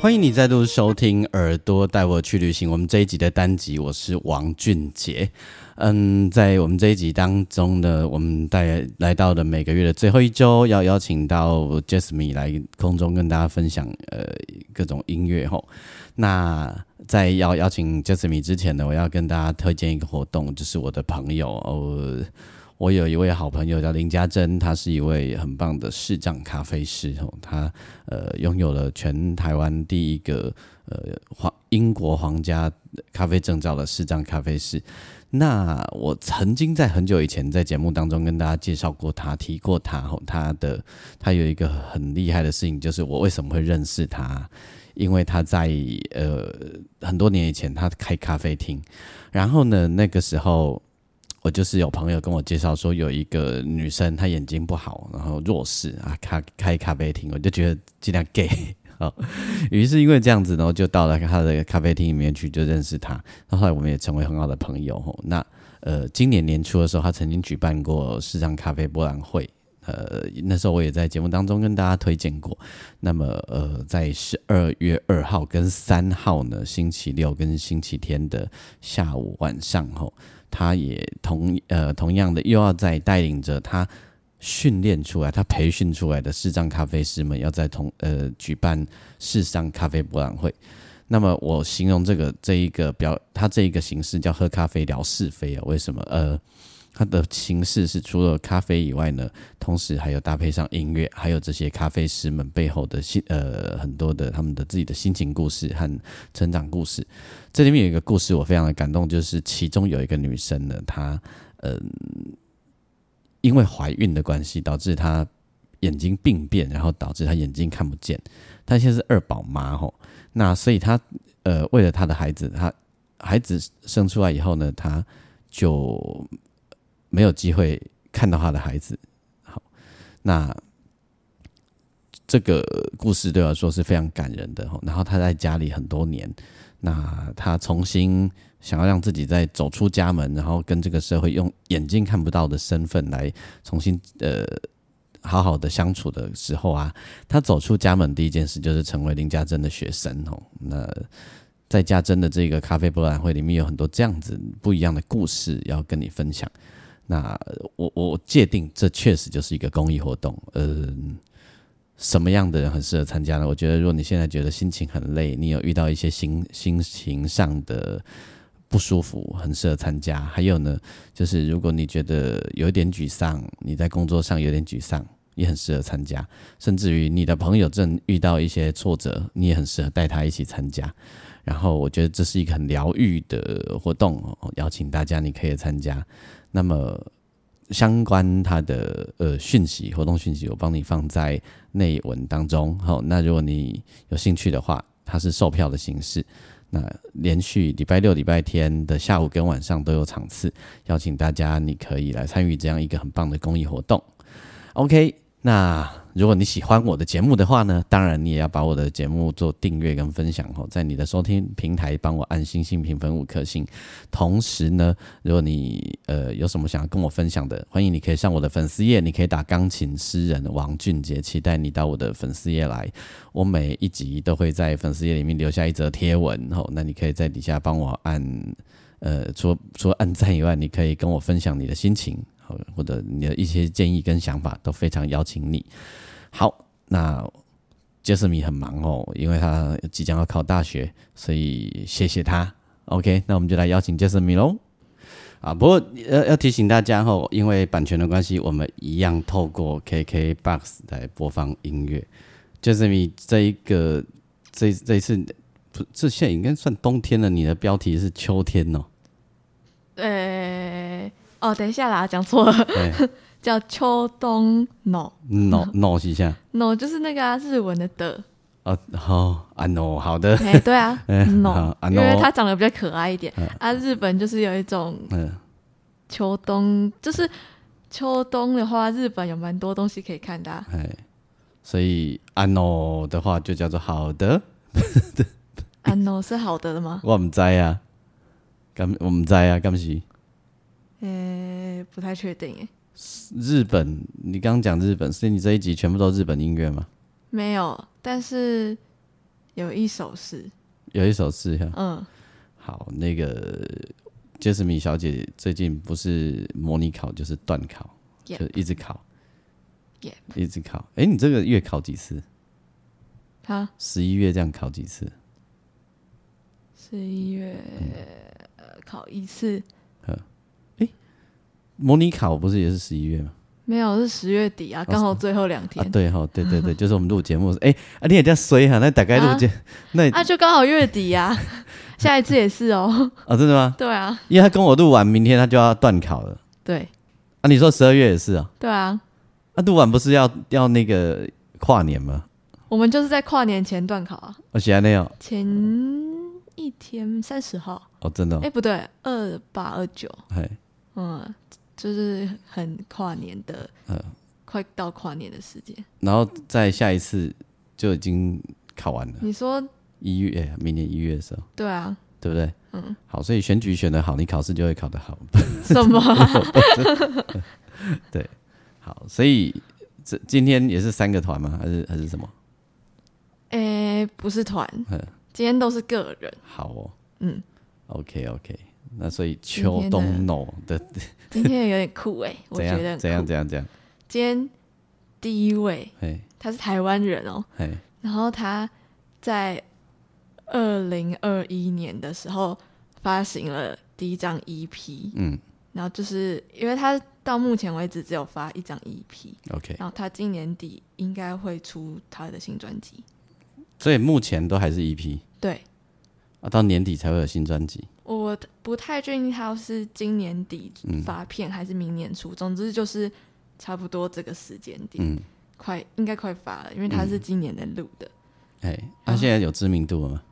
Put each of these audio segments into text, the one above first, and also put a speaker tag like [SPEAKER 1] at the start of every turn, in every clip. [SPEAKER 1] 欢迎你再度收听《耳朵带我去旅行》。我们这一集的单集，我是王俊杰。嗯，在我们这一集当中呢，我们带来到的每个月的最后一周，要邀请到 Jasmine 来空中跟大家分享呃各种音乐吼。那在要邀请 Jasmine 之前呢，我要跟大家推荐一个活动，就是我的朋友哦。我有一位好朋友叫林家珍，他是一位很棒的视障咖啡师哦，他呃拥有了全台湾第一个呃皇英国皇家咖啡证照的视障咖啡师。那我曾经在很久以前在节目当中跟大家介绍过他，提过他吼，他的他有一个很厉害的事情，就是我为什么会认识他，因为他在呃很多年以前他开咖啡厅，然后呢那个时候。我就是有朋友跟我介绍说，有一个女生她眼睛不好，然后弱视啊，开开咖啡厅，我就觉得尽量给。 好，于是因为这样子，然后就到了她的咖啡厅里面去，就认识她。那后来我们也成为很好的朋友。吼，那呃，今年年初的时候，她曾经举办过市场咖啡博览会。呃，那时候我也在节目当中跟大家推荐过。那么，呃，在十二月二号跟三号呢，星期六跟星期天的下午晚上，吼，他也同呃同样的又要在带领着他训练出来，他培训出来的视障咖啡师们要在同呃举办视障咖啡博览会。那么我形容这个这一个表，他这一个形式叫喝咖啡聊是非啊？为什么？呃。它的形式是除了咖啡以外呢，同时还有搭配上音乐，还有这些咖啡师们背后的心呃很多的他们的自己的心情故事和成长故事。这里面有一个故事我非常的感动，就是其中有一个女生呢，她嗯、呃、因为怀孕的关系，导致她眼睛病变，然后导致她眼睛看不见。她现在是二宝妈吼，那所以她呃为了她的孩子，她孩子生出来以后呢，她就。没有机会看到他的孩子，好，那这个故事对我来说是非常感人的。然后他在家里很多年，那他重新想要让自己再走出家门，然后跟这个社会用眼睛看不到的身份来重新呃好好的相处的时候啊，他走出家门第一件事就是成为林家珍的学生哦。那在家珍的这个咖啡博览会里面有很多这样子不一样的故事要跟你分享。那我我界定这确实就是一个公益活动，呃，什么样的人很适合参加呢？我觉得，如果你现在觉得心情很累，你有遇到一些心心情上的不舒服，很适合参加。还有呢，就是如果你觉得有一点沮丧，你在工作上有点沮丧，也很适合参加。甚至于你的朋友正遇到一些挫折，你也很适合带他一起参加。然后我觉得这是一个很疗愈的活动哦，邀请大家你可以参加。那么相关它的呃讯息、活动讯息，我帮你放在内文当中。好、哦，那如果你有兴趣的话，它是售票的形式。那连续礼拜六、礼拜天的下午跟晚上都有场次，邀请大家你可以来参与这样一个很棒的公益活动。OK，那。如果你喜欢我的节目的话呢，当然你也要把我的节目做订阅跟分享哦，在你的收听平台帮我按星星评分五颗星。同时呢，如果你呃有什么想要跟我分享的，欢迎你可以上我的粉丝页，你可以打钢琴诗人王俊杰，期待你到我的粉丝页来。我每一集都会在粉丝页里面留下一则贴文哦，那你可以在底下帮我按呃，除除了按赞以外，你可以跟我分享你的心情。或者你的一些建议跟想法都非常邀请你。好，那杰斯米很忙哦，因为他即将要考大学，所以谢谢他。OK，那我们就来邀请杰斯米喽。啊，不过要要提醒大家哦，因为版权的关系，我们一样透过 KKBox 来播放音乐。杰斯米这一个这这一次不，这现在应该算冬天了。你的标题是秋天哦。哎
[SPEAKER 2] 呃、欸。哦，等一下啦，讲错了。 叫秋冬 no
[SPEAKER 1] no no 一下
[SPEAKER 2] no，就是那个、啊、日文的的，
[SPEAKER 1] 啊，好啊 no 好的，
[SPEAKER 2] 哎、对啊 no，
[SPEAKER 1] 好啊
[SPEAKER 2] 因为
[SPEAKER 1] no
[SPEAKER 2] 它长得比较可爱一点啊。日本就是有一种
[SPEAKER 1] 嗯
[SPEAKER 2] 秋冬，就是秋冬的话，日本有蛮多东西可以看的啊、
[SPEAKER 1] 哎，所以啊 no 的话就叫做好的，
[SPEAKER 2] 啊 no 是好的的吗？
[SPEAKER 1] 我唔知啊，咁我唔知啊，咁是
[SPEAKER 2] 哎、不太确定哎，
[SPEAKER 1] 日本，你刚刚讲日本，所以你这一集全部都日本音乐吗？
[SPEAKER 2] 没有，但是有一首是，
[SPEAKER 1] 有一首是哈，
[SPEAKER 2] 嗯，
[SPEAKER 1] 好，那个杰斯米小姐最近不是模拟考就是断考
[SPEAKER 2] Yep
[SPEAKER 1] 就一直考
[SPEAKER 2] Yep
[SPEAKER 1] 一直考。哎、你这个月考几次？
[SPEAKER 2] 它
[SPEAKER 1] 十一月这样考几次？
[SPEAKER 2] 十一月、呃考一次，
[SPEAKER 1] 模拟考不是也是十一月吗？
[SPEAKER 2] 没有是十月底啊，刚好最后两
[SPEAKER 1] 哦啊
[SPEAKER 2] 天，。
[SPEAKER 1] 对哈，对对对，就是我们录节目的时候，哎、啊，你也叫衰哈，那大概录节， 那
[SPEAKER 2] 啊，就刚好月底呀、 下一次也是哦。
[SPEAKER 1] 哦，真的吗？
[SPEAKER 2] 对啊，
[SPEAKER 1] 因为他跟我录完，明天他就要断考了。
[SPEAKER 2] 对
[SPEAKER 1] 啊，你说十二月也是啊？
[SPEAKER 2] 对啊，
[SPEAKER 1] 啊，录完不是要要那个跨年吗？
[SPEAKER 2] 我们就是在跨年前段考啊，
[SPEAKER 1] 我喜欢那样
[SPEAKER 2] 前一天三十号，
[SPEAKER 1] 哦，真的、
[SPEAKER 2] 哎、
[SPEAKER 1] 哦，
[SPEAKER 2] 不对，二八二九，
[SPEAKER 1] 哎，
[SPEAKER 2] 嗯，就是很跨年的，
[SPEAKER 1] 嗯
[SPEAKER 2] 快到跨年的时间。
[SPEAKER 1] 然后再下一次就已经考完了，
[SPEAKER 2] 你说
[SPEAKER 1] 一月，哎明年一月的时候，
[SPEAKER 2] 对啊？
[SPEAKER 1] 对不对？嗯，好，所以选举选得好，你考试就会考得好。
[SPEAKER 2] 什么啊？
[SPEAKER 1] 对，好，所以这今天也是三个团吗？还是还是什么？
[SPEAKER 2] 哎、不是团
[SPEAKER 1] 嗯，
[SPEAKER 2] 今天都是个人。
[SPEAKER 1] 好哦，
[SPEAKER 2] 嗯
[SPEAKER 1] ，OK OK，那所以
[SPEAKER 2] 今天
[SPEAKER 1] 秋
[SPEAKER 2] 的
[SPEAKER 1] 冬 no 的
[SPEAKER 2] 今天有点酷哎、 我
[SPEAKER 1] 怎
[SPEAKER 2] 觉得
[SPEAKER 1] 样怎样
[SPEAKER 2] 很酷。
[SPEAKER 1] 怎样怎样？
[SPEAKER 2] 今天第一位
[SPEAKER 1] 嘿，
[SPEAKER 2] 他是台湾人哦，
[SPEAKER 1] 嘿，
[SPEAKER 2] 然后他在二零二一年的时候发行了第一张 EP，
[SPEAKER 1] 嗯
[SPEAKER 2] 然后就是因为他到目前为止只有发一张 EP，
[SPEAKER 1] ，OK，
[SPEAKER 2] 然后他今年底应该会出他的新专辑。
[SPEAKER 1] 所以目前都还是 EP
[SPEAKER 2] 对
[SPEAKER 1] 啊，到年底才会有新专辑。
[SPEAKER 2] 我不太确定他是今年底发片还是明年出，总之就是差不多这个时间点，
[SPEAKER 1] 嗯，
[SPEAKER 2] 快应该快发了，因为他是今年的录的。
[SPEAKER 1] 哎，他、现在有知名度了吗？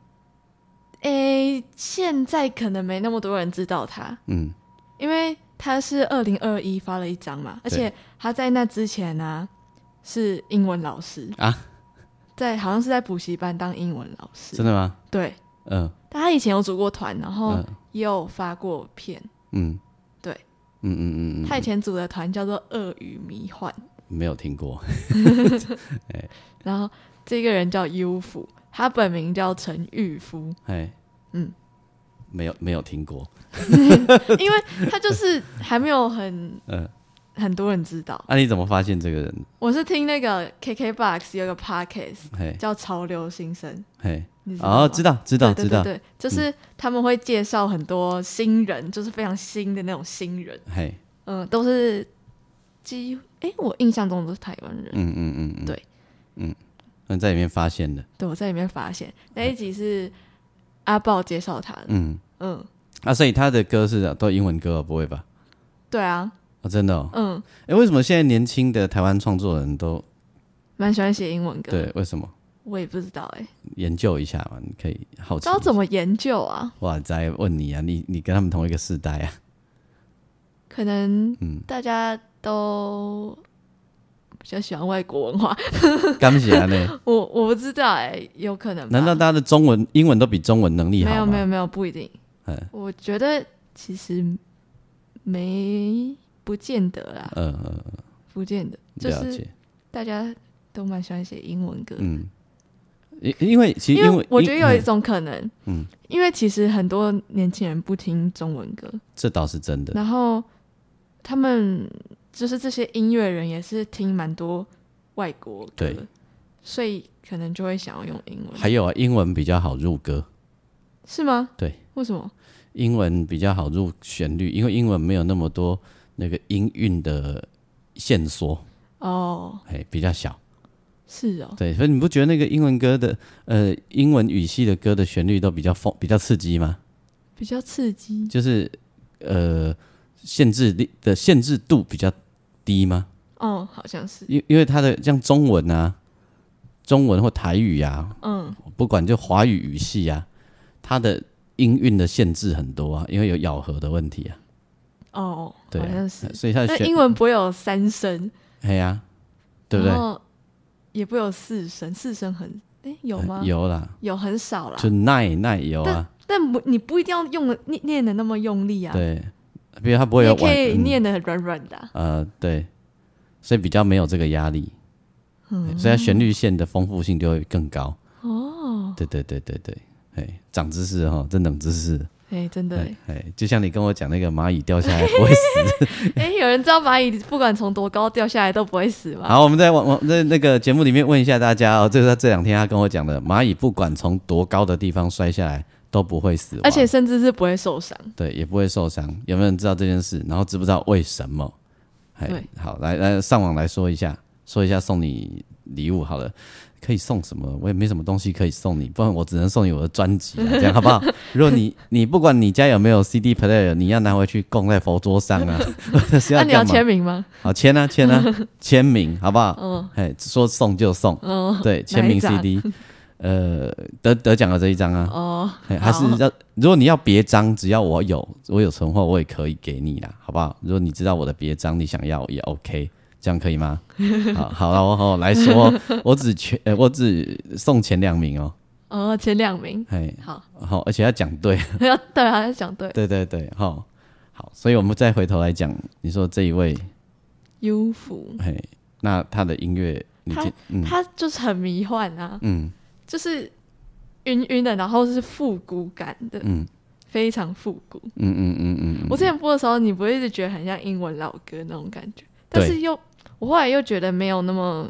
[SPEAKER 2] 诶、现在可能没那么多人知道他，
[SPEAKER 1] 嗯，
[SPEAKER 2] 因为他是二零二一发了一张嘛，而
[SPEAKER 1] 对
[SPEAKER 2] 且他在那之前呢、是英文老师
[SPEAKER 1] 啊，
[SPEAKER 2] 在好像是在补习班当英文老师
[SPEAKER 1] 真，的吗？
[SPEAKER 2] 对，
[SPEAKER 1] 嗯、
[SPEAKER 2] 但他以前有组过团，然后
[SPEAKER 1] 嗯
[SPEAKER 2] 也有发过片，
[SPEAKER 1] 嗯，
[SPEAKER 2] 对，
[SPEAKER 1] 嗯嗯嗯
[SPEAKER 2] 他以前组的团叫做鳄鱼迷幻，
[SPEAKER 1] 嗯，没有听过。
[SPEAKER 2] 然后这个人叫优夫，他本名叫陈玉夫，
[SPEAKER 1] 哎，
[SPEAKER 2] 嗯，
[SPEAKER 1] 没有没有听过。
[SPEAKER 2] 因为他就是还没有很
[SPEAKER 1] 嗯，
[SPEAKER 2] 很多人知道，
[SPEAKER 1] 那、啊你怎么发现这个人？
[SPEAKER 2] 我是听那个 KKBOX 有个 podcast
[SPEAKER 1] 嘿，
[SPEAKER 2] 叫《潮流新生》，
[SPEAKER 1] 嘿，
[SPEAKER 2] 你知道吗？
[SPEAKER 1] 哦，知道知道
[SPEAKER 2] 对
[SPEAKER 1] 知
[SPEAKER 2] 对对
[SPEAKER 1] 道，
[SPEAKER 2] 对，
[SPEAKER 1] 嗯
[SPEAKER 2] 就是他们会介绍很多新人，就是非常新的那种新人，
[SPEAKER 1] 嘿，
[SPEAKER 2] 嗯、都是几哎、我印象中都是台湾人。
[SPEAKER 1] 嗯嗯嗯嗯，
[SPEAKER 2] 对，
[SPEAKER 1] 嗯，那你在里面发现的，
[SPEAKER 2] 对我在里面发现那一集是阿豹介绍他的，
[SPEAKER 1] 嗯，
[SPEAKER 2] 嗯，
[SPEAKER 1] 啊，所以他的歌是都英文歌哦，不会吧？
[SPEAKER 2] 对啊，
[SPEAKER 1] 哦，真的哦，
[SPEAKER 2] 嗯，
[SPEAKER 1] 哎，为什么现在年轻的台湾创作人都
[SPEAKER 2] 蛮喜欢写英文歌，
[SPEAKER 1] 对？为什么？
[SPEAKER 2] 我也不知道哎、
[SPEAKER 1] 研究一下嘛，你可以好
[SPEAKER 2] 不
[SPEAKER 1] 奇
[SPEAKER 2] 知。道怎么研究啊，
[SPEAKER 1] 哇，在问你啊，你你跟他们同一个世代啊，
[SPEAKER 2] 可能
[SPEAKER 1] 嗯，
[SPEAKER 2] 大家都比较喜欢外国文化，
[SPEAKER 1] 干不起来呢？
[SPEAKER 2] 我我不知道哎、有可能吧？
[SPEAKER 1] 难道大家的中文、英文都比中文能力好
[SPEAKER 2] 没
[SPEAKER 1] 吗？
[SPEAKER 2] 有没有没有不一定
[SPEAKER 1] 嗯，
[SPEAKER 2] 我觉得其实没不见得啦，
[SPEAKER 1] 嗯，嗯嗯
[SPEAKER 2] 不见得，就
[SPEAKER 1] 了
[SPEAKER 2] 是
[SPEAKER 1] 解。
[SPEAKER 2] 大家都蛮喜欢写英文歌，
[SPEAKER 1] 嗯，因因为其实
[SPEAKER 2] 因
[SPEAKER 1] 因
[SPEAKER 2] 为
[SPEAKER 1] 为
[SPEAKER 2] 我觉得有一
[SPEAKER 1] 嗯
[SPEAKER 2] 种可能，
[SPEAKER 1] 嗯
[SPEAKER 2] 因为其实很多年轻人不听中文歌，
[SPEAKER 1] 这倒是真的，
[SPEAKER 2] 然后他们就是这些音乐人也是听蛮多外国歌
[SPEAKER 1] 对，
[SPEAKER 2] 所以可能就会想要用英
[SPEAKER 1] 还
[SPEAKER 2] 文，
[SPEAKER 1] 有啊，英文比较好入歌，
[SPEAKER 2] 是吗？
[SPEAKER 1] 对，
[SPEAKER 2] 为什么？
[SPEAKER 1] 英文比较好入旋律，因为英文没有那么多那个音韵的线索，
[SPEAKER 2] 哦，
[SPEAKER 1] 哎，比较小。
[SPEAKER 2] 是哦，
[SPEAKER 1] 对，所以你不觉得那个英文歌的呃英文语系的歌的旋律都比较丰比较刺激吗？
[SPEAKER 2] 比较刺激，
[SPEAKER 1] 就是呃限制力的限制度比较低吗？
[SPEAKER 2] 哦，好像是，
[SPEAKER 1] 因因为它的像中文啊，中文或台语啊，
[SPEAKER 2] 嗯，
[SPEAKER 1] 不管就华语语系啊，它的音韵的限制很多啊，因为有咬合的问题啊，
[SPEAKER 2] 哦，
[SPEAKER 1] 对
[SPEAKER 2] 好
[SPEAKER 1] 啊
[SPEAKER 2] 像是，。
[SPEAKER 1] 所以它的
[SPEAKER 2] 但
[SPEAKER 1] 选
[SPEAKER 2] 英文不会有三声，
[SPEAKER 1] 哎呀、对不对？
[SPEAKER 2] 然后也不会有四声，四声很，哎，有吗？
[SPEAKER 1] 呃有啦，
[SPEAKER 2] 有很少啦
[SPEAKER 1] 就，奈奈有啊，
[SPEAKER 2] 但不，你不一定要用的念念的那么用力啊，
[SPEAKER 1] 对，比如它不
[SPEAKER 2] 你
[SPEAKER 1] 会有
[SPEAKER 2] 也
[SPEAKER 1] 晚
[SPEAKER 2] 可以
[SPEAKER 1] 嗯
[SPEAKER 2] 念的软软的啊、
[SPEAKER 1] 呃，对，所以比较没有这个压力，
[SPEAKER 2] 嗯
[SPEAKER 1] 所以它旋律线的丰富性就会更高。哦，对对对对对，哎，长知识哈，真冷知识。
[SPEAKER 2] 哎，真的
[SPEAKER 1] 哎
[SPEAKER 2] 哎，
[SPEAKER 1] 哎，就像你跟我讲那个蚂蚁掉下来不会死。
[SPEAKER 2] 哎，有人知道蚂蚁不管从多高掉下来都不会死吗？
[SPEAKER 1] 好，我们在网网在那个节目里面问一下大家哦，这是他这两天他跟我讲的，蚂蚁不管从多高的地方摔下来都不会死亡，
[SPEAKER 2] 而且甚至是不会受伤。
[SPEAKER 1] 对也不会受伤。有没有人知道这件事？然后知不知道为什么？哎
[SPEAKER 2] 对，
[SPEAKER 1] 好，来来上网来说一下，说一下送你礼物好了。可以送什么？我也没什么东西可以送你，不然我只能送你我的专辑、啊，这样好不 好？如果你你不管你家有没有 CD player，你要拿回去供在佛桌上 啊， 或者是
[SPEAKER 2] 那、
[SPEAKER 1] 要
[SPEAKER 2] 你要
[SPEAKER 1] 干嘛？
[SPEAKER 2] 签名吗？
[SPEAKER 1] 好签 啊签啊签名好不好？
[SPEAKER 2] 嗯
[SPEAKER 1] 哎，说送就送，
[SPEAKER 2] 嗯
[SPEAKER 1] 对，签名
[SPEAKER 2] 哪一张
[SPEAKER 1] CD，呃，得得奖的这一张啊，
[SPEAKER 2] 哦，
[SPEAKER 1] 嘿还是
[SPEAKER 2] 好
[SPEAKER 1] 要如果你要别章，只要我有我有存货，我也可以给你啦，好不好？如果你知道我的别章，你想要也 OK，这样可以 吗？好，好了，我好来说， 我只全、呃我只送前两名哦，
[SPEAKER 2] 哦，前两名。
[SPEAKER 1] 哎，
[SPEAKER 2] 好，
[SPEAKER 1] 好，而且要讲对，
[SPEAKER 2] 要对啊，要讲对。
[SPEAKER 1] 对对对，好，好，所以我们再回头来讲，你说这一位，
[SPEAKER 2] 优芙，
[SPEAKER 1] 嘿，那他的音乐，你
[SPEAKER 2] 他
[SPEAKER 1] 听，嗯
[SPEAKER 2] 他就是很迷幻啊，
[SPEAKER 1] 嗯。
[SPEAKER 2] 就是晕晕的，然后是复古感的，
[SPEAKER 1] 嗯
[SPEAKER 2] 非常复古。
[SPEAKER 1] 嗯嗯嗯嗯嗯，
[SPEAKER 2] 我之前播的时候，你不会一直觉得很像英文老歌那种感觉，但是又我后来又觉得没有那么，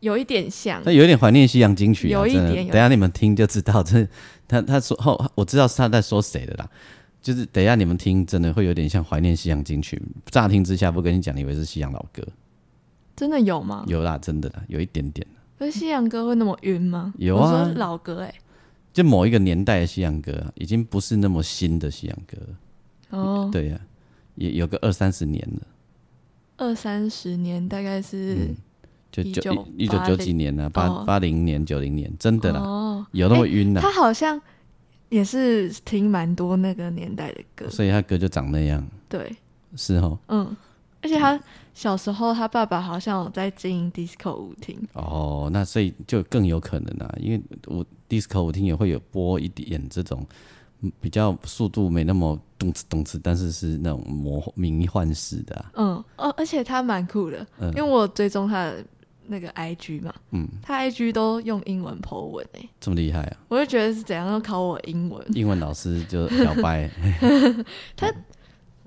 [SPEAKER 2] 有一点像
[SPEAKER 1] 那。嗯有点怀念西洋金曲、啊，
[SPEAKER 2] 有一
[SPEAKER 1] 真的
[SPEAKER 2] 点有一
[SPEAKER 1] 等一下你们听就知道，这他他说后我知道是他在说谁的啦。就是等一下你们听，真的会有点像怀念西洋金曲。乍听之下不跟你讲，以为是西洋老歌，
[SPEAKER 2] 真的有吗？
[SPEAKER 1] 有啦，真的啦，有一点点，
[SPEAKER 2] 可是西洋歌会那么晕吗？
[SPEAKER 1] 有啊
[SPEAKER 2] 我说老歌哎、
[SPEAKER 1] 就某一个年代的西洋歌、啊，已经不是那么新的西洋歌了。
[SPEAKER 2] 哦，
[SPEAKER 1] 对呀、也有个二三十年了，
[SPEAKER 2] 二三十年大概是
[SPEAKER 1] 嗯就就
[SPEAKER 2] 1980
[SPEAKER 1] 一九九几年啊，八
[SPEAKER 2] 哦
[SPEAKER 1] 八零年、九零年，真的啦，
[SPEAKER 2] 哦，
[SPEAKER 1] 有那么晕啊呐、
[SPEAKER 2] 他好像也是听蛮多那个年代的歌，
[SPEAKER 1] 所以他歌就长那样，
[SPEAKER 2] 对，
[SPEAKER 1] 是哦，
[SPEAKER 2] 嗯，而且他小时候他爸爸好像有在经营 disco 舞厅，
[SPEAKER 1] 哦，那所以就更有可能啊，因为我 disco 舞厅也会有播一点这种嗯比较速度没那么动次动次，但是是那种魔迷幻式的、啊，
[SPEAKER 2] 嗯，哦，而且他蛮酷的，
[SPEAKER 1] 嗯
[SPEAKER 2] 因为我追踪他的那个 IG 嘛，
[SPEAKER 1] 嗯，
[SPEAKER 2] 他 IG 都用英文 po 文诶、
[SPEAKER 1] 这么厉害啊！
[SPEAKER 2] 我就觉得是怎样要考我英文，
[SPEAKER 1] 英文老师就表白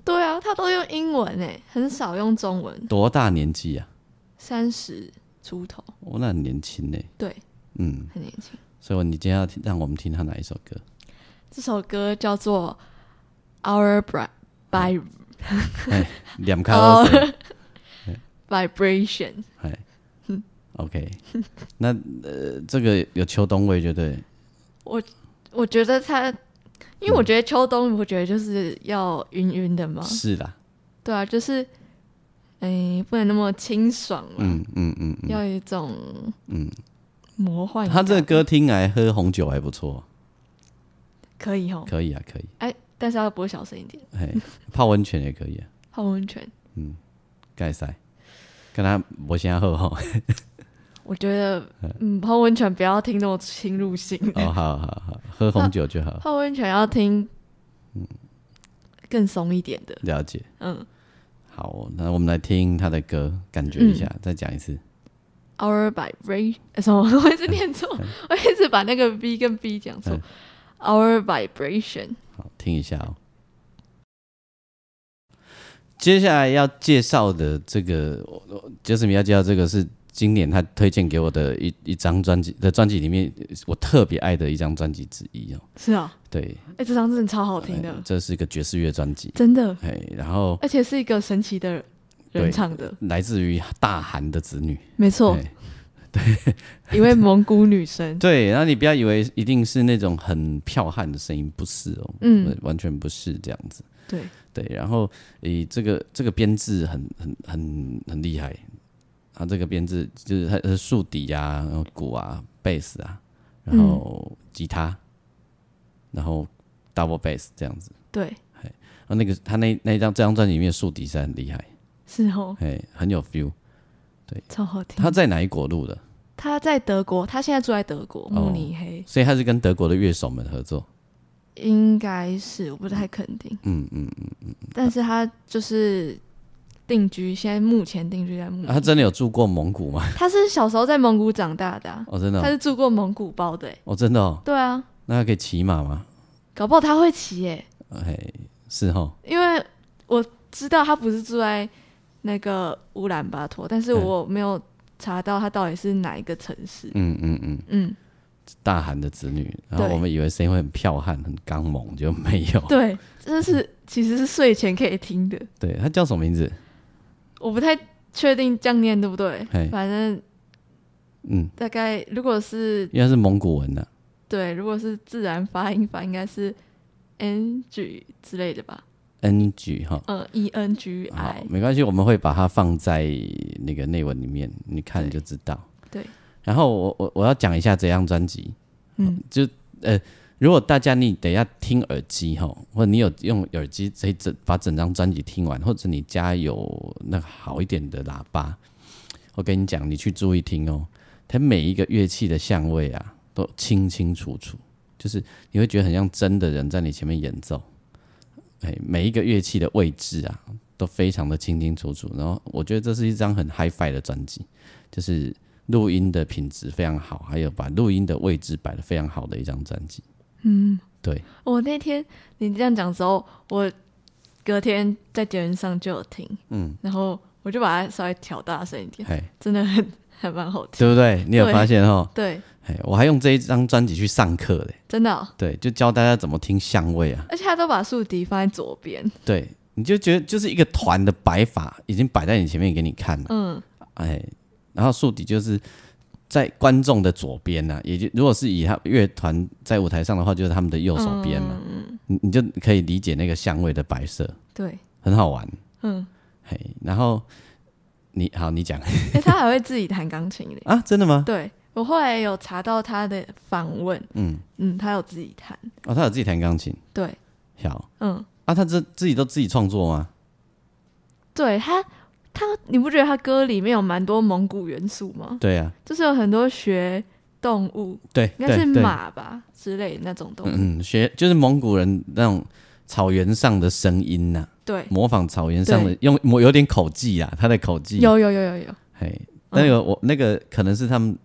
[SPEAKER 2] 对啊，他都用英文诶、很少用中文，
[SPEAKER 1] 多大年纪啊？
[SPEAKER 2] 三十出头，
[SPEAKER 1] 我、那很年轻呢、
[SPEAKER 2] 对，
[SPEAKER 1] 嗯，
[SPEAKER 2] 很年轻。
[SPEAKER 1] 所以你今天要听让我们听他哪一首歌？
[SPEAKER 2] 这首歌叫做《Our Bri- Bi
[SPEAKER 1] 哎，两开二声，
[SPEAKER 2] Vibration》，
[SPEAKER 1] 哎，OK，那呃，这个有秋冬味，就对了，
[SPEAKER 2] 我觉得它，因为我觉得秋冬，我觉得就是要晕晕的嘛，
[SPEAKER 1] 是啦，
[SPEAKER 2] 对啊，就是，哎，不能那么清爽嘛，
[SPEAKER 1] 嗯嗯嗯嗯，
[SPEAKER 2] 要有一种
[SPEAKER 1] 嗯
[SPEAKER 2] 魔幻感。
[SPEAKER 1] 他这个歌听来喝红酒还不错，
[SPEAKER 2] 可以哦，
[SPEAKER 1] 可以啊，可以。
[SPEAKER 2] 哎，但是要播小声一点，
[SPEAKER 1] 嘿，泡温泉也可以、啊，
[SPEAKER 2] 泡温泉。
[SPEAKER 1] 盖塞，跟他我先喝吼。
[SPEAKER 2] 我觉得，嗯，泡温泉不要听那么侵入性，
[SPEAKER 1] 哦，好好好，喝红酒就好，
[SPEAKER 2] 泡温泉要听，
[SPEAKER 1] 嗯
[SPEAKER 2] 更松一点的，
[SPEAKER 1] 了解。
[SPEAKER 2] 嗯。
[SPEAKER 1] 好，那我们来听他的歌，感觉一下，再讲一次。
[SPEAKER 2] Our vibration，呃什么？ 我一直念错，我一直把那个 V 跟 B 讲错
[SPEAKER 1] 嗯。
[SPEAKER 2] Our vibration，
[SPEAKER 1] 好，听一下哦。接下来要介绍的这个，我我就是你要介绍这个是今年他推荐给我的一一张专辑的专辑里面，我特别爱的一张专辑之一哦。
[SPEAKER 2] 是啊，
[SPEAKER 1] 对，哎
[SPEAKER 2] 哎，这张真的超好听的，
[SPEAKER 1] 这是一个爵士乐专辑。
[SPEAKER 2] 真的，
[SPEAKER 1] 哎，然后
[SPEAKER 2] 而且是一个神奇的
[SPEAKER 1] 对
[SPEAKER 2] 人唱的，
[SPEAKER 1] 来自于大韩的子女。
[SPEAKER 2] 没错
[SPEAKER 1] 哎，
[SPEAKER 2] 一位蒙古女生，
[SPEAKER 1] 对，然后你不要以为一定是那种很剽悍的声音，不是哦，
[SPEAKER 2] 嗯，
[SPEAKER 1] 完全不是这样子。
[SPEAKER 2] 对，
[SPEAKER 1] 对，然后以这个这个编制很很很很厉害，它这个编制就是它的竖笛啊，然后鼓啊、贝斯啊，然后吉他，然后 double bass 这样子。
[SPEAKER 2] 对，
[SPEAKER 1] 然后那个他那那一张这张专辑里面的竖笛是很厉害，
[SPEAKER 2] 是哦，
[SPEAKER 1] 哎，很有 feel。
[SPEAKER 2] 超好听。
[SPEAKER 1] 他
[SPEAKER 2] 他
[SPEAKER 1] 在哪一国录的？
[SPEAKER 2] 他在德国，他现在住在德国
[SPEAKER 1] 哦
[SPEAKER 2] 慕尼黑，
[SPEAKER 1] 所以他是跟德国的乐手们合作。
[SPEAKER 2] 应该是我不太肯定，
[SPEAKER 1] 嗯嗯，
[SPEAKER 2] 但是他就是定居，现在目前定居在慕尼
[SPEAKER 1] 啊
[SPEAKER 2] 黑。
[SPEAKER 1] 他真的有住过蒙古吗？
[SPEAKER 2] 他是小时候在蒙古长大的、啊，
[SPEAKER 1] 哦，真的
[SPEAKER 2] 他
[SPEAKER 1] 哦，
[SPEAKER 2] 是住过蒙古包的欸、
[SPEAKER 1] 哦真的哦，
[SPEAKER 2] 对啊，
[SPEAKER 1] 那他可以骑马吗？
[SPEAKER 2] 搞不好他会骑欸耶、
[SPEAKER 1] 哎，是哦，
[SPEAKER 2] 因为我知道他不是住在那个乌兰巴托，但是
[SPEAKER 1] 嗯
[SPEAKER 2] 我没有查到他到底是哪一个城市。
[SPEAKER 1] 嗯嗯嗯，
[SPEAKER 2] 嗯，
[SPEAKER 1] 大韩的子女，然后
[SPEAKER 2] 对
[SPEAKER 1] 我们以为是因为很剽悍、很刚猛，就没有。
[SPEAKER 2] 对，这是其实是睡前可以听的，
[SPEAKER 1] 对，他叫什么名字？
[SPEAKER 2] 我不太确定这样念对不对
[SPEAKER 1] 嘿，
[SPEAKER 2] 反正
[SPEAKER 1] 嗯，
[SPEAKER 2] 大概如果是
[SPEAKER 1] 因为他是蒙古文的、
[SPEAKER 2] 对，如果是自然发音法，应该是 n g 之类的吧，
[SPEAKER 1] n g 哈。
[SPEAKER 2] 嗯，e n g
[SPEAKER 1] 好
[SPEAKER 2] i，，
[SPEAKER 1] 没关系，我们会把它放在那个内文里面，你看
[SPEAKER 2] 对
[SPEAKER 1] 就知道。
[SPEAKER 2] 对，
[SPEAKER 1] 然后我我我要讲一下这张专辑，
[SPEAKER 2] 嗯，
[SPEAKER 1] 就呃，如果大家你等一下听耳机哈，或者你有用耳机这一整把整张专辑听完，或者你家有那个好一点的喇叭，我跟你讲，你去注意听哦，它每一个乐器的相位啊都清清楚楚，就是你会觉得很像真的人在你前面演奏，哎，每一个乐器的位置啊都非常的清清楚楚，然后我觉得这是一张很 HiFi 的专辑，就是。录音的品质非常好，还有把录音的位置摆得非常好的一张专 辑。嗯，对，
[SPEAKER 2] 我哦那天你这样讲的时候，我隔天在节目上就有听，嗯，然后我就把它稍微调大声一点，
[SPEAKER 1] 嘿，
[SPEAKER 2] 真的很 还蛮好听。
[SPEAKER 1] 对不对？你有
[SPEAKER 2] 对
[SPEAKER 1] 发现哦？
[SPEAKER 2] 对，
[SPEAKER 1] 嘿，我还用这一张专辑去上课嘞，
[SPEAKER 2] 真的哦、
[SPEAKER 1] 对，就教大家怎么听相位啊。
[SPEAKER 2] 而且他都把竖笛放在左边，
[SPEAKER 1] 对，你就觉得就是一个团的摆法已经摆在你前面给你看了，
[SPEAKER 2] 嗯，
[SPEAKER 1] 哎，然后竖笛就是在观众的左边呢、也就如果是以他乐团在舞台上的话，就是他们的右手边嘛，
[SPEAKER 2] 嗯
[SPEAKER 1] 你你就可以理解那个相位的摆设，
[SPEAKER 2] 对，
[SPEAKER 1] 很好玩。
[SPEAKER 2] 嗯，
[SPEAKER 1] 嘿，然后你好，你讲，
[SPEAKER 2] 哎、他还会自己弹钢琴的
[SPEAKER 1] 啊？真的吗？
[SPEAKER 2] 对我后来有查到他的访问，
[SPEAKER 1] 嗯，
[SPEAKER 2] 嗯，他有自己弹，
[SPEAKER 1] 哦，他有自己弹钢琴，
[SPEAKER 2] 对，
[SPEAKER 1] 好
[SPEAKER 2] 嗯，
[SPEAKER 1] 啊，他这自己都自己创作吗？
[SPEAKER 2] 对他。他，你不觉得他歌里面有蛮多蒙古元素吗？
[SPEAKER 1] 对啊，
[SPEAKER 2] 就是有很多学动物，
[SPEAKER 1] 对，
[SPEAKER 2] 应该是
[SPEAKER 1] 对对
[SPEAKER 2] 马吧之类的那种动物。
[SPEAKER 1] 嗯，学就是蒙古人那种草原上的声音呐、
[SPEAKER 2] 对，
[SPEAKER 1] 模仿草原上的，用模有点口技啊，他的口技，
[SPEAKER 2] 有嗯有有有有，
[SPEAKER 1] 嘿，那个、我那个可能是他们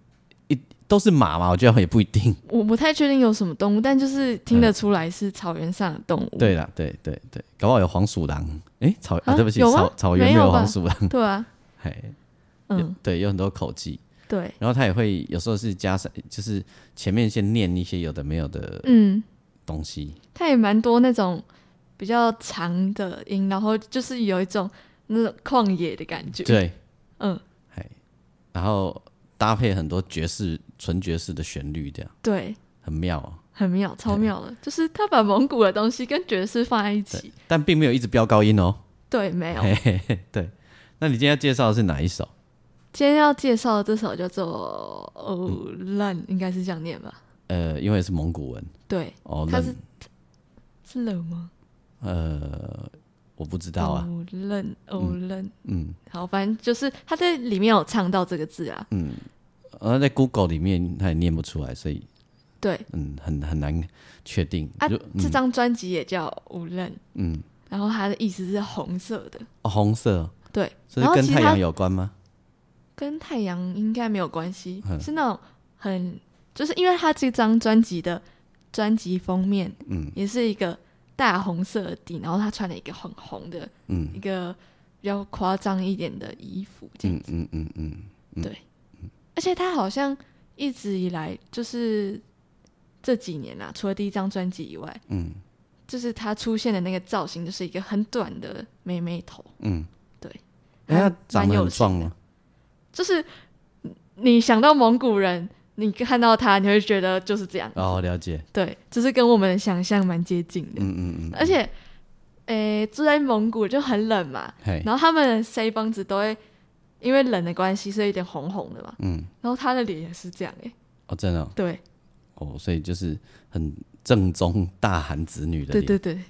[SPEAKER 1] 一都是马嘛，我觉得也不一定。
[SPEAKER 2] 我不太确定有什么动物，但就是听得出来是草原上的动物。
[SPEAKER 1] 对啦，对对对，搞不好有黄鼠狼，诶，草、啊
[SPEAKER 2] 啊
[SPEAKER 1] 对不起，
[SPEAKER 2] 有吗
[SPEAKER 1] 草草原没
[SPEAKER 2] 没有吧
[SPEAKER 1] 黄鼠狼，
[SPEAKER 2] 对啊，
[SPEAKER 1] 嘿，
[SPEAKER 2] 嗯，
[SPEAKER 1] 对，有很多口技。
[SPEAKER 2] 对，
[SPEAKER 1] 然后他也会有时候是加上，就是前面先念一些有的没有的
[SPEAKER 2] 嗯，
[SPEAKER 1] 东西，
[SPEAKER 2] 它也蛮多那种比较长的音，然后就是有一种那种旷野的感觉。，
[SPEAKER 1] 对，
[SPEAKER 2] 嗯，
[SPEAKER 1] 嘿，然后搭配很多爵士纯爵士的旋律，这样
[SPEAKER 2] 对，
[SPEAKER 1] 很妙、哦。
[SPEAKER 2] 很妙，超妙的，就是他把蒙古的东西跟爵士放在一起。
[SPEAKER 1] 但并没有一直飙高音哦。
[SPEAKER 2] 对，没有。
[SPEAKER 1] 嘿嘿嘿，对。那你今天要介绍的是哪一首？
[SPEAKER 2] 今天要介绍的这首叫做《哦
[SPEAKER 1] 嗯
[SPEAKER 2] 烂》，应该是这样念吧？
[SPEAKER 1] 呃，因为是蒙古文
[SPEAKER 2] 对，
[SPEAKER 1] 哦，
[SPEAKER 2] 它
[SPEAKER 1] 那
[SPEAKER 2] 是是冷吗？
[SPEAKER 1] 呃，我不知道啊。
[SPEAKER 2] 哦冷哦冷，
[SPEAKER 1] 嗯，
[SPEAKER 2] 好，反正就是他在里面有唱到这个字啊，
[SPEAKER 1] 呃，在 Google 里面他也念不出来，所以
[SPEAKER 2] 对
[SPEAKER 1] 嗯，很很难确定。
[SPEAKER 2] 啊
[SPEAKER 1] 就，
[SPEAKER 2] 这张专辑也叫《无论》，
[SPEAKER 1] 嗯，
[SPEAKER 2] 然后它的意思是红色的，
[SPEAKER 1] 哦红色，
[SPEAKER 2] 对，
[SPEAKER 1] 这
[SPEAKER 2] 然
[SPEAKER 1] 是
[SPEAKER 2] 后
[SPEAKER 1] 跟
[SPEAKER 2] 其实
[SPEAKER 1] 太阳
[SPEAKER 2] 它
[SPEAKER 1] 有关吗？
[SPEAKER 2] 跟太阳应该没有关系
[SPEAKER 1] 嗯，
[SPEAKER 2] 是那种很，就是因为它这张专辑的专辑封面，
[SPEAKER 1] 嗯，
[SPEAKER 2] 也是一个大红色的底，然后他穿了一个很红的
[SPEAKER 1] 嗯。
[SPEAKER 2] 一个比较夸张一点的衣服，这样
[SPEAKER 1] 嗯嗯嗯嗯，
[SPEAKER 2] 而且他好像一直以来就是这几年啦、除了第一张专辑以外，
[SPEAKER 1] 嗯，
[SPEAKER 2] 就是他出现的那个造型，就是一个很短的妹妹头，
[SPEAKER 1] 嗯，
[SPEAKER 2] 对，
[SPEAKER 1] 哎、
[SPEAKER 2] 还
[SPEAKER 1] 他长得
[SPEAKER 2] 蛮有
[SPEAKER 1] 很壮
[SPEAKER 2] 型的
[SPEAKER 1] 吗？
[SPEAKER 2] 就是你想到蒙古人，你看到他，你会觉得就是这样，
[SPEAKER 1] 哦，了解，
[SPEAKER 2] 对，就是跟我们的想象蛮接近的，
[SPEAKER 1] 嗯嗯嗯，
[SPEAKER 2] 而且诶住在蒙古就很冷嘛，
[SPEAKER 1] 嘿，
[SPEAKER 2] 然后他们的腮帮子都会因为冷的关系，所以有点红红的嘛。
[SPEAKER 1] 嗯，
[SPEAKER 2] 然后他的脸也是这样哎、
[SPEAKER 1] 哦，真的哦，
[SPEAKER 2] 对
[SPEAKER 1] 哦所以就是很正宗大韩子女的
[SPEAKER 2] 对
[SPEAKER 1] 脸。
[SPEAKER 2] 对对，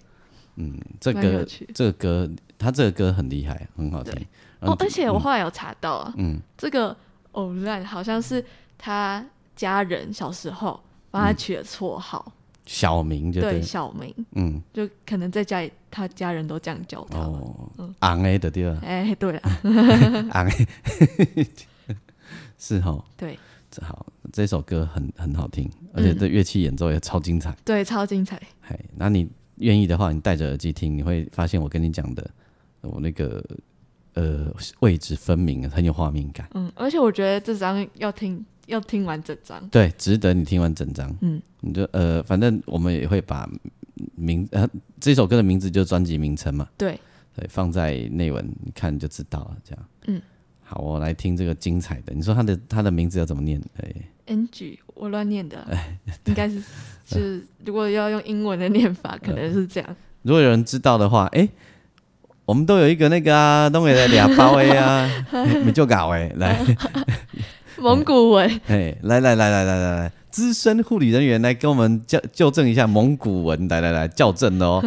[SPEAKER 1] 嗯，这
[SPEAKER 2] 蛮有
[SPEAKER 1] 个
[SPEAKER 2] 趣的
[SPEAKER 1] 这个歌，他这个歌很厉害，很好听嗯
[SPEAKER 2] 对。
[SPEAKER 1] 然后
[SPEAKER 2] 哦，而且我后来有查到啊，
[SPEAKER 1] 呃嗯
[SPEAKER 2] 这个偶然好像是他家人小时候帮他取的绰号，
[SPEAKER 1] 小明就嗯
[SPEAKER 2] 对
[SPEAKER 1] 对，
[SPEAKER 2] 小明，
[SPEAKER 1] 嗯，
[SPEAKER 2] 就可能在家里他家人都这样叫他吧。
[SPEAKER 1] 哦，昂 A 的对吧？
[SPEAKER 2] 哎、对啦，嗯
[SPEAKER 1] 昂 是哦，
[SPEAKER 2] 对
[SPEAKER 1] 这好，这首歌很很好听，而
[SPEAKER 2] 嗯
[SPEAKER 1] 且这乐器演奏也超精彩。
[SPEAKER 2] 对，超精彩。
[SPEAKER 1] 嘿，那你愿意的话，你戴着耳机听，你会发现我跟你讲的，我那个呃位置分明，很有画面感。
[SPEAKER 2] 嗯，而且我觉得这张要听要听完整张，
[SPEAKER 1] 对，值得你听完整张。
[SPEAKER 2] 嗯，
[SPEAKER 1] 你就呃，反正我们也会把名呃这首歌的名字就是专辑名称嘛，
[SPEAKER 2] 对，
[SPEAKER 1] 对，放在内文，你看就知道了。这样，
[SPEAKER 2] 嗯，
[SPEAKER 1] 好，我来听这个精彩的。你说它的它的名字要怎么念？哎、
[SPEAKER 2] NG，我乱念的啊，应该是就是如果要用英文的念法，
[SPEAKER 1] 嗯
[SPEAKER 2] 可能是这样。
[SPEAKER 1] 如果有人知道的话，哎、我们都有一个那个啊，东北的俩包哎啊， 没就搞哎，来，
[SPEAKER 2] 蒙古文，
[SPEAKER 1] 哎，来来来来来来来，资深护理人员来跟我们校纠正一下蒙古文，来来来，校正 哦，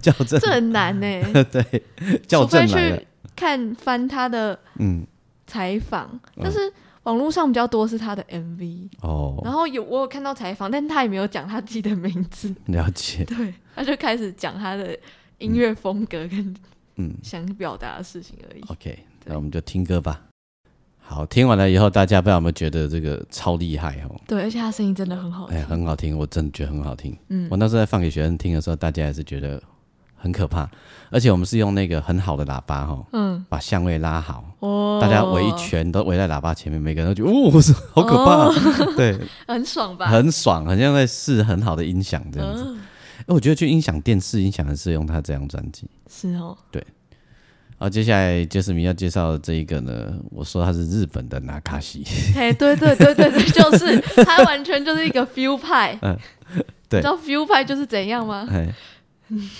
[SPEAKER 1] 校正
[SPEAKER 2] 这，很难欸呢、
[SPEAKER 1] 对，校正
[SPEAKER 2] 除
[SPEAKER 1] 来
[SPEAKER 2] 非
[SPEAKER 1] 了
[SPEAKER 2] 去，看翻他的
[SPEAKER 1] 嗯，
[SPEAKER 2] 采访，但是网络上比较多是他的 MV，、
[SPEAKER 1] 哦，
[SPEAKER 2] 然后有我有看到采访，但他也没有讲他自己的名字，
[SPEAKER 1] 了解，
[SPEAKER 2] 对，他就开始讲他的音乐风格跟
[SPEAKER 1] 嗯
[SPEAKER 2] 想表达的事情而已。
[SPEAKER 1] ，OK，那我们就听歌吧。好，听完了以后，大家不知道有没有觉得这个超厉害哦？
[SPEAKER 2] 对，而且他声音真的很好听，
[SPEAKER 1] 哎，很好听，我真的觉得很好听。
[SPEAKER 2] 嗯
[SPEAKER 1] 我那时候在放给学生听的时候，大家也是觉得很可怕，而且我们是用那个很好的喇叭哈、哦，
[SPEAKER 2] 嗯，
[SPEAKER 1] 把相位拉好，
[SPEAKER 2] 哦，
[SPEAKER 1] 大家围一，圈都围在喇叭前面，每个人都觉得哦，我说好可怕， 对，
[SPEAKER 2] 很爽吧？
[SPEAKER 1] 很爽，很像在试很好的音响这样子。
[SPEAKER 2] 嗯
[SPEAKER 1] 哎、我觉得去音响店试音响很适用他这张专辑。
[SPEAKER 2] 是哦，
[SPEAKER 1] 好，接下来杰斯明要介绍的这一个呢，我说他是日本的纳卡 西，
[SPEAKER 2] 嘿，哎对对对对对，就是他完全就是一个 feel 派，
[SPEAKER 1] 嗯对
[SPEAKER 2] 你知道 feel 派就是怎样吗？
[SPEAKER 1] 哎，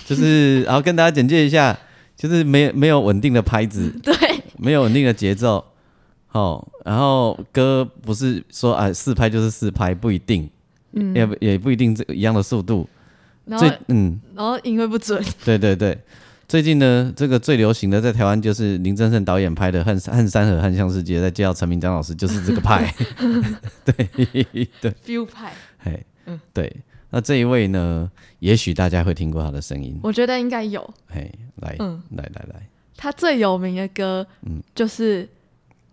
[SPEAKER 1] 就是然后跟大家简介一下，就是没没有稳定的拍
[SPEAKER 2] 嗯
[SPEAKER 1] 子，
[SPEAKER 2] 对，
[SPEAKER 1] 没有稳定的节奏，哦，然后歌不是说啊四拍就是四拍，不一定，
[SPEAKER 2] 嗯，
[SPEAKER 1] 也不也不一定这个一样的速度。
[SPEAKER 2] 然后
[SPEAKER 1] 最嗯，
[SPEAKER 2] 然后音乐不准，
[SPEAKER 1] 对对对，最近呢，这个最流行的在台湾就是林正盛导演拍的《恨恨山河恨向世界》，在介绍陈明章老师就是这个 派。对对，
[SPEAKER 2] feel 派，
[SPEAKER 1] 嘿，
[SPEAKER 2] 嗯
[SPEAKER 1] 对。那这一位呢，也许大家会听过他的声音。
[SPEAKER 2] 我觉得应该有。
[SPEAKER 1] 嘿，来、
[SPEAKER 2] 嗯
[SPEAKER 1] 来来来，
[SPEAKER 2] 他最有名的歌，就是《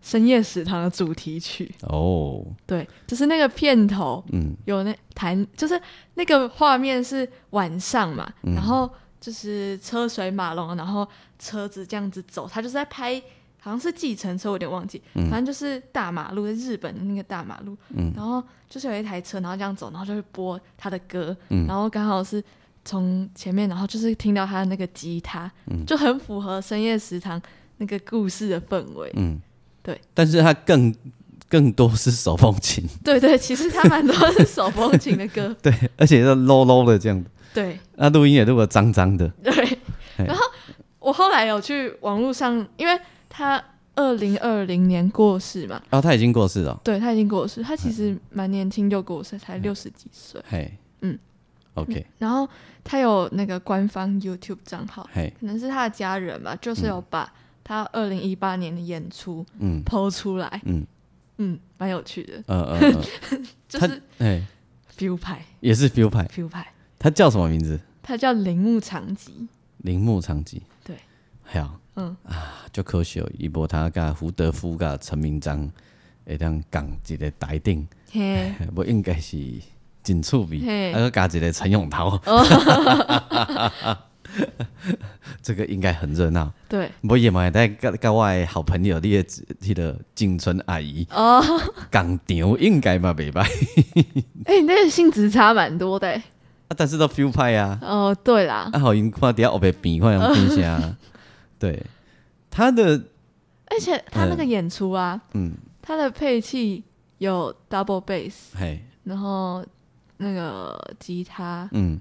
[SPEAKER 2] 深夜食堂》的主题曲。
[SPEAKER 1] 哦，
[SPEAKER 2] 对，就是那个片头
[SPEAKER 1] 嗯
[SPEAKER 2] 有那弹，就是那个画面是晚上嘛，
[SPEAKER 1] 嗯
[SPEAKER 2] 然后就是车水马龙，然后车子这样子走，他就是在拍。好像是计程车，我有点忘记，反正就是大马路，在日本的那个大马路，
[SPEAKER 1] 嗯
[SPEAKER 2] 然后就是有一台车，然后这样走，然后就会播他的歌，
[SPEAKER 1] 嗯
[SPEAKER 2] 然后刚好是从前面，然后就是听到他的那个吉他，
[SPEAKER 1] 嗯
[SPEAKER 2] 就很符合深夜食堂那个故事的氛围。
[SPEAKER 1] 嗯，
[SPEAKER 2] 对。
[SPEAKER 1] 但是他更更多是手风琴，
[SPEAKER 2] 对对，其实他蛮多是手风琴的 歌，
[SPEAKER 1] 对，而且是 low low 的这样子。
[SPEAKER 2] 对
[SPEAKER 1] 那录音也录的脏脏的，
[SPEAKER 2] 对。
[SPEAKER 1] 嘿
[SPEAKER 2] 然后我后来有去网络上，因为他二零二零年过世嘛，
[SPEAKER 1] 然、哦、后他已经过世了。
[SPEAKER 2] 对他已经过世，他其
[SPEAKER 1] 嗯
[SPEAKER 2] 实蛮年轻就过世，才六十几岁。
[SPEAKER 1] 嘿，
[SPEAKER 2] 嗯
[SPEAKER 1] ，OK，
[SPEAKER 2] 然后他有那个官方 YouTube 账号，
[SPEAKER 1] 嘿，
[SPEAKER 2] 可能是他的家人吧，就是有把他二零一八年的演出
[SPEAKER 1] 嗯
[SPEAKER 2] 剖出来，
[SPEAKER 1] 嗯，
[SPEAKER 2] 嗯，蛮有趣的，
[SPEAKER 1] 呃呃，呃
[SPEAKER 2] 就
[SPEAKER 1] 他
[SPEAKER 2] 是
[SPEAKER 1] 嘿，
[SPEAKER 2] feel 派
[SPEAKER 1] 也是 feel 派，
[SPEAKER 2] feel 派，
[SPEAKER 1] 他叫什么名字？
[SPEAKER 2] 他叫铃木长吉，
[SPEAKER 1] 铃木长吉。
[SPEAKER 2] 对，
[SPEAKER 1] 好，
[SPEAKER 2] 嗯
[SPEAKER 1] 啊，就可惜哦，一波他甲胡德夫甲陈明章会当共一个台顶，
[SPEAKER 2] 嘿，
[SPEAKER 1] 无应该是真趣味，
[SPEAKER 2] 哎嘿
[SPEAKER 1] 啊，佮一个陈永涛，
[SPEAKER 2] 哦
[SPEAKER 1] 这个应该很热闹。
[SPEAKER 2] 对，
[SPEAKER 1] 我也嘛，带甲甲我的好朋友，你的迄个景村阿姨
[SPEAKER 2] 哦，
[SPEAKER 1] 共场应该嘛袂歹，
[SPEAKER 2] 哎、你那个性质差蛮多的欸，
[SPEAKER 1] 啊，但是都 feel 派啊。
[SPEAKER 2] 哦，对啦，
[SPEAKER 1] 啊，好，因看底下后边变，看用变声。啊 对，他的
[SPEAKER 2] 而且他那个演出啊，
[SPEAKER 1] 嗯，
[SPEAKER 2] 他的配器有 double bass，
[SPEAKER 1] 嘿，
[SPEAKER 2] 然后那个吉他，
[SPEAKER 1] 嗯，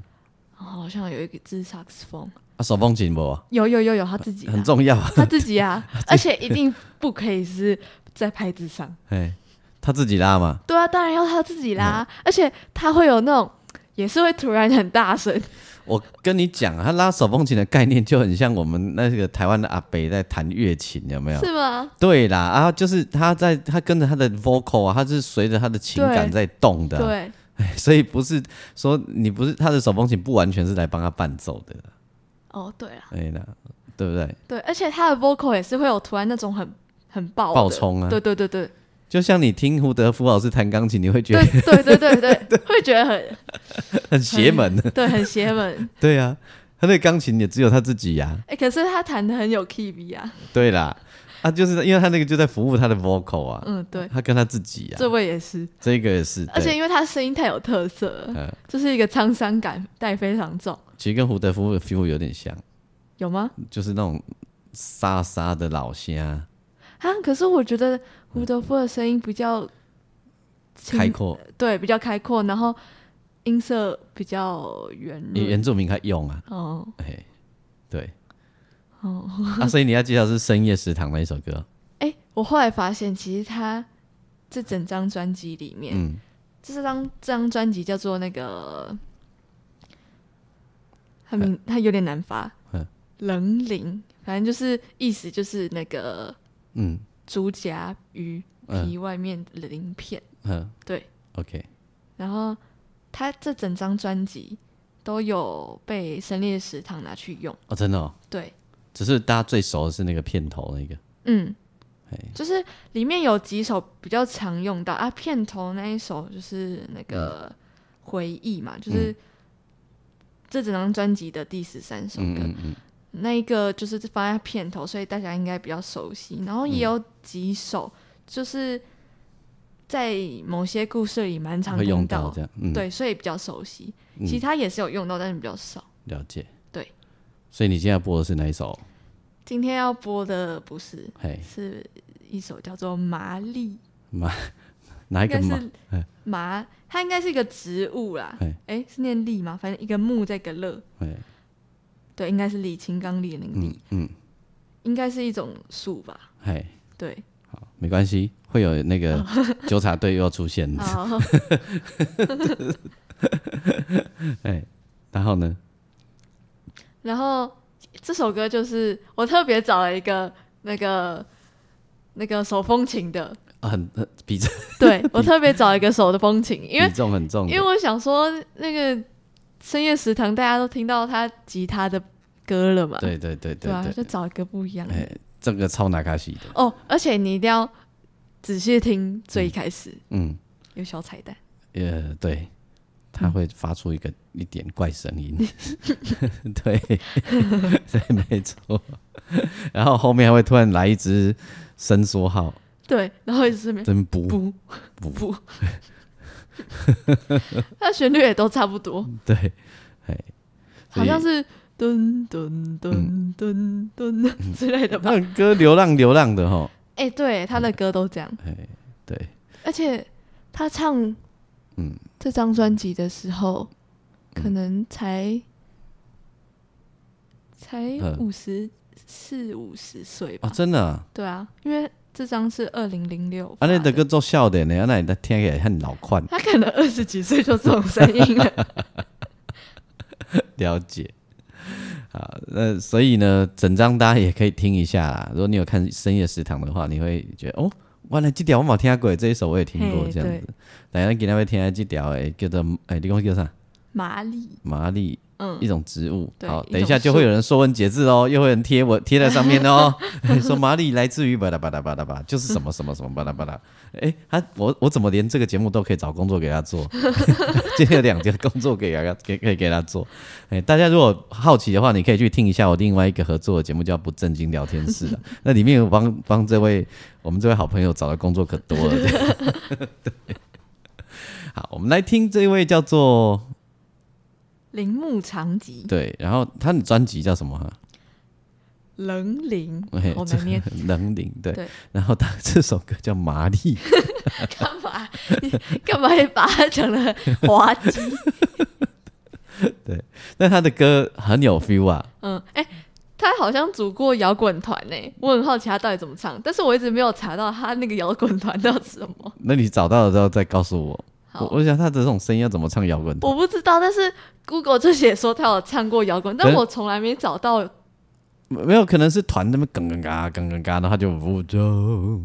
[SPEAKER 2] 然后好像有一个自萨克斯风，
[SPEAKER 1] 啊，手风琴不
[SPEAKER 2] 有有有有他自己的
[SPEAKER 1] 很重要，
[SPEAKER 2] 他自 己啊，而且一定不可以是在拍子上。
[SPEAKER 1] 哎，他自己拉嘛，
[SPEAKER 2] 对啊，当然要他自己啦，
[SPEAKER 1] 嗯
[SPEAKER 2] 而且他会有那种。也是会突然很大声，
[SPEAKER 1] 我跟你讲，啊他拉手风琴的概念就很像我们那个台湾的阿北在弹乐琴，有没有？
[SPEAKER 2] 是吗？
[SPEAKER 1] 对啊啦，啊，就是他在他跟着他的 vocal 啊，他是随着他的情感
[SPEAKER 2] 对
[SPEAKER 1] 在动的啊、
[SPEAKER 2] 对，
[SPEAKER 1] 所以不是说你不是他的手风琴不完全是来帮他伴奏的，
[SPEAKER 2] 哦，对啊，
[SPEAKER 1] 对啦，对不对？
[SPEAKER 2] 对，而且他的 vocal 也是会有突然那种很很爆的
[SPEAKER 1] 爆冲啊
[SPEAKER 2] 对对对对
[SPEAKER 1] 就像你听胡德夫老师弹钢琴，你会觉
[SPEAKER 2] 对
[SPEAKER 1] 得
[SPEAKER 2] 对对对对，会觉得很
[SPEAKER 1] 很邪门，
[SPEAKER 2] 对，很邪门。
[SPEAKER 1] 哎对啊，他对钢琴也只有他自己呀、
[SPEAKER 2] 哎、可是他弹的很有 key 比啊，
[SPEAKER 1] 对啦，啊，就是因为他那个就在服务他的 vocal 啊，
[SPEAKER 2] 嗯，对，
[SPEAKER 1] 他跟他自己呀、
[SPEAKER 2] 这位也是，
[SPEAKER 1] 这个也是，
[SPEAKER 2] 而且
[SPEAKER 1] 对
[SPEAKER 2] 因为他声音太有特色了，
[SPEAKER 1] 嗯
[SPEAKER 2] 就是一个沧桑感带非常重，
[SPEAKER 1] 其实跟胡德夫的 feel 有点像，
[SPEAKER 2] 有吗？
[SPEAKER 1] 就是那种沙沙的老虾，
[SPEAKER 2] 啊，可是我觉得胡德夫的声音比较清
[SPEAKER 1] 嗯开，阔，
[SPEAKER 2] 对，比较开阔，然后音色比较圆
[SPEAKER 1] 你
[SPEAKER 2] 润。
[SPEAKER 1] 原住民还用啊，
[SPEAKER 2] 哦
[SPEAKER 1] 哎，对，
[SPEAKER 2] 哦，
[SPEAKER 1] 啊，所以你要介绍是深夜食堂那一首歌，
[SPEAKER 2] 哎、我后来发现，其实他这整张专辑里面，
[SPEAKER 1] 嗯。
[SPEAKER 2] 这张这张专辑叫做那个，他名他有点难发
[SPEAKER 1] 嗯，
[SPEAKER 2] 冷岭，反正就是意思就是那个
[SPEAKER 1] 嗯
[SPEAKER 2] 竹夹鱼
[SPEAKER 1] 嗯
[SPEAKER 2] 皮外面的鳞片，
[SPEAKER 1] 嗯，
[SPEAKER 2] 对。
[SPEAKER 1] ，OK，
[SPEAKER 2] 然后他这整张专辑都有被深夜食堂拿去用，
[SPEAKER 1] 哦，真的、哦，
[SPEAKER 2] 对，
[SPEAKER 1] 只是大家最熟的是那个片头那个，
[SPEAKER 2] 嗯
[SPEAKER 1] 嘿，
[SPEAKER 2] 就是里面有几首比较常用到啊，片头那一首就是那
[SPEAKER 1] 嗯
[SPEAKER 2] 个回忆嘛，就是这整张专辑的第十三首歌，
[SPEAKER 1] 嗯嗯嗯，
[SPEAKER 2] 那一个就是放在片头，所以大家应该比较熟悉。然后
[SPEAKER 1] 嗯
[SPEAKER 2] 也有几首就是在某些故事里蛮常
[SPEAKER 1] 会
[SPEAKER 2] 听
[SPEAKER 1] 用到这样，嗯，，
[SPEAKER 2] 对，所以比较熟悉。
[SPEAKER 1] 嗯
[SPEAKER 2] 其他也是有用到，但是比较少。
[SPEAKER 1] 了解，
[SPEAKER 2] 对，
[SPEAKER 1] 所以你现在播的是哪一首？
[SPEAKER 2] 今天要播的不是，
[SPEAKER 1] 嘿，
[SPEAKER 2] 是一首叫做麻栗，
[SPEAKER 1] 哪一个哎
[SPEAKER 2] 应该
[SPEAKER 1] 嘛？
[SPEAKER 2] 是麻，它应该是一个植物啦
[SPEAKER 1] 嘿。
[SPEAKER 2] 诶，是念栗吗？反正一个木在一个乐，
[SPEAKER 1] 嘿，
[SPEAKER 2] 对，应该是李青刚栗的那个栗，
[SPEAKER 1] 嗯嗯，
[SPEAKER 2] 应该是一种树吧？
[SPEAKER 1] 嘿，
[SPEAKER 2] 对，
[SPEAKER 1] 好，没关系，会有那 个纠察队又要出现，
[SPEAKER 2] 好，
[SPEAKER 1] 哎，然后呢？
[SPEAKER 2] 然后这首歌就是我特别找了一个那个那个手风琴的，
[SPEAKER 1] 啊，很很比重
[SPEAKER 2] 对我特别找一个手的风琴，因为
[SPEAKER 1] 比重很重的，
[SPEAKER 2] 因为我想说那个深夜食堂大家都听到他吉他的歌了嘛，
[SPEAKER 1] 对对对
[SPEAKER 2] 对啊吧、
[SPEAKER 1] 对
[SPEAKER 2] 就
[SPEAKER 1] 对，
[SPEAKER 2] 找一个不一样的、
[SPEAKER 1] 哎，这个超拿卡西的，
[SPEAKER 2] 哦，而且你一定要仔细听最一开始、
[SPEAKER 1] 嗯，
[SPEAKER 2] 有小彩蛋，
[SPEAKER 1] 呃，对，它会发出一个一点怪声音， 对，对，没错。然后后面还会突然来一只伸缩号，
[SPEAKER 2] 对，然后一直没
[SPEAKER 1] 真不
[SPEAKER 2] 不 不，它旋律也都差不多，
[SPEAKER 1] 对，哎，所
[SPEAKER 2] 好
[SPEAKER 1] 以
[SPEAKER 2] 像是噔噔噔噔
[SPEAKER 1] 嗯
[SPEAKER 2] 噔之类的吧？
[SPEAKER 1] 那歌流浪流浪的哈，
[SPEAKER 2] 哎、对，他的歌都这样，
[SPEAKER 1] 嗯对，
[SPEAKER 2] 而且他唱
[SPEAKER 1] 哎嗯
[SPEAKER 2] 这张专辑的时候，可能才才
[SPEAKER 1] 嗯
[SPEAKER 2] 五十四五十岁
[SPEAKER 1] 哦，
[SPEAKER 2] 吧？
[SPEAKER 1] 真的啊，
[SPEAKER 2] 对啊，因为这张是二零零六，
[SPEAKER 1] 啊，那的歌做笑的呢，啊那你的听起来很老款，
[SPEAKER 2] 他可能二十几岁就这种声音了。
[SPEAKER 1] 了解。好，那所以呢，整张大家也可以听一下啦。如果你有看深夜食堂的话，你会觉得哦，原来这条我冇听过，这一首我也听过
[SPEAKER 2] 嘿
[SPEAKER 1] 这样
[SPEAKER 2] 对
[SPEAKER 1] 子。等一下今天会听下这条诶，叫做诶，你讲叫啥？
[SPEAKER 2] 麻利，
[SPEAKER 1] 麻栗
[SPEAKER 2] 嗯
[SPEAKER 1] 一，种植物。
[SPEAKER 2] 对
[SPEAKER 1] 好，
[SPEAKER 2] 一
[SPEAKER 1] 等一下
[SPEAKER 2] 种
[SPEAKER 1] 就会有人说文解字 哦，又会有人贴文贴在上面哦，说麻栗来自于巴拉巴拉巴拉巴拉，就是什么什么什么巴拉巴拉。诶，他我我怎么连这个节目都可以找工作给他 做？今天有两个工作给他给可以给他做。哎，大家如果好奇的话，你可以去听一下我另外一个合作的节目叫《不正经聊天室》 啊，那里面有帮帮这位我们这位好朋友找的工作可多了。 对对， 好，我们来听这位叫做
[SPEAKER 2] 铃木长吉，
[SPEAKER 1] 对，然后他的专辑叫什么啊？
[SPEAKER 2] 冷铃
[SPEAKER 1] 哎，
[SPEAKER 2] 好
[SPEAKER 1] 这
[SPEAKER 2] 难念。
[SPEAKER 1] 冷岭 对，
[SPEAKER 2] 对
[SPEAKER 1] 然后他这首歌叫《麻利》，
[SPEAKER 2] 干嘛？你干嘛也把它讲的滑稽？
[SPEAKER 1] 但他的歌很有 feel 啊，
[SPEAKER 2] 嗯，哎、他好像组过摇滚团呢，我很好奇他到底怎么唱，但是我一直没有查到他那个摇滚团到底是什么。
[SPEAKER 1] 那你找到了之后再告诉我。
[SPEAKER 2] 好，
[SPEAKER 1] 我
[SPEAKER 2] 我
[SPEAKER 1] 我想他的这种声音要怎么唱摇滚？
[SPEAKER 2] 不知道，但是 Google 就写说他有唱过摇滚，但
[SPEAKER 1] 可是
[SPEAKER 2] 我从来没找到。
[SPEAKER 1] 没有，可能是团那边梗梗嘎梗梗嘎，然后他就不
[SPEAKER 2] 哦
[SPEAKER 1] 就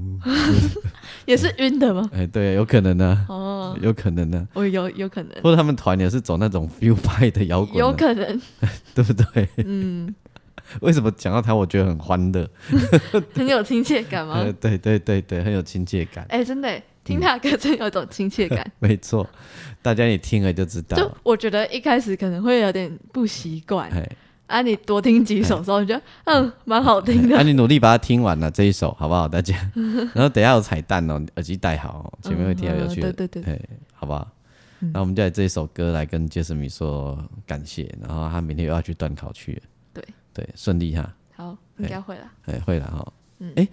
[SPEAKER 2] 也是晕的吗？
[SPEAKER 1] 哎，对，有可能呢，
[SPEAKER 2] 哦，
[SPEAKER 1] 有可能呢，
[SPEAKER 2] 我有有可能，
[SPEAKER 1] 或者他们团也是走那种 feel 派的摇滚呢，啊
[SPEAKER 2] 有可能，
[SPEAKER 1] 对不对？
[SPEAKER 2] 嗯，
[SPEAKER 1] 为什么讲到他，我觉得很欢乐？
[SPEAKER 2] 很有亲切感吗？
[SPEAKER 1] 呃，嗯对对对对，很有亲切感，
[SPEAKER 2] 哎、真的耶，听他的歌真有一种亲 切 感。
[SPEAKER 1] 没错，大家你听了就知道
[SPEAKER 2] 就
[SPEAKER 1] 了。
[SPEAKER 2] 我觉得一开始可能会有点不习惯
[SPEAKER 1] 啊哎，
[SPEAKER 2] 啊，你多听几首之后，你觉得嗯蛮好听
[SPEAKER 1] 那、
[SPEAKER 2] 的，
[SPEAKER 1] 哎啊你努力把它听完了这一首，好不好，大 家？然后等一下有彩蛋哦，你耳机戴好哦，前面会听到有趣的，
[SPEAKER 2] 嗯对嗯对
[SPEAKER 1] 对，好不好？那我们就来这一首歌来跟杰斯米说感谢，然后他明天又要去断考去了，
[SPEAKER 2] 对
[SPEAKER 1] 对，顺利哈，
[SPEAKER 2] 好，应该会啦。
[SPEAKER 1] 哎，会了哈，嗯，哎，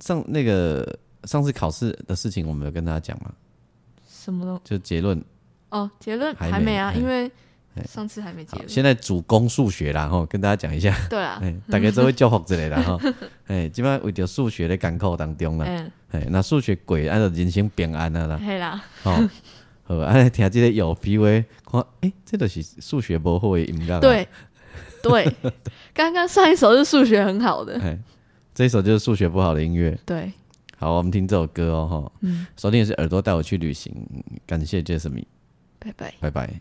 [SPEAKER 1] 上那个上次考试的事情，我们有跟大家讲吗？
[SPEAKER 2] 什么东
[SPEAKER 1] 就结论，
[SPEAKER 2] 哦，结论
[SPEAKER 1] 哎还没
[SPEAKER 2] 还没啊，
[SPEAKER 1] 哎
[SPEAKER 2] 因为上次还没结
[SPEAKER 1] 好，
[SPEAKER 2] 论。
[SPEAKER 1] 现在主攻数学啦，哈，跟大家讲一下，
[SPEAKER 2] 对啊啦，
[SPEAKER 1] 哎，大概都会教学之类啦，哈，哎，基本上为着数学的艰苦当中啦，
[SPEAKER 2] 嗯，
[SPEAKER 1] 哎，那数学鬼，按照人生平安啊啦。
[SPEAKER 2] 嘿啦，
[SPEAKER 1] 哦，好，啊， 听即个有 feel 的，看，诶、这著是数学无好的音乐、啊。，
[SPEAKER 2] 对对， 刚刚上一首是数学很好的，
[SPEAKER 1] 哎，这一首就是数学不好的音乐。
[SPEAKER 2] 对，
[SPEAKER 1] 好，我们听这首歌哦，哈。嗯。首先也是耳朵带我去旅行，感谢 Jasmine，
[SPEAKER 2] 拜拜。
[SPEAKER 1] 拜拜。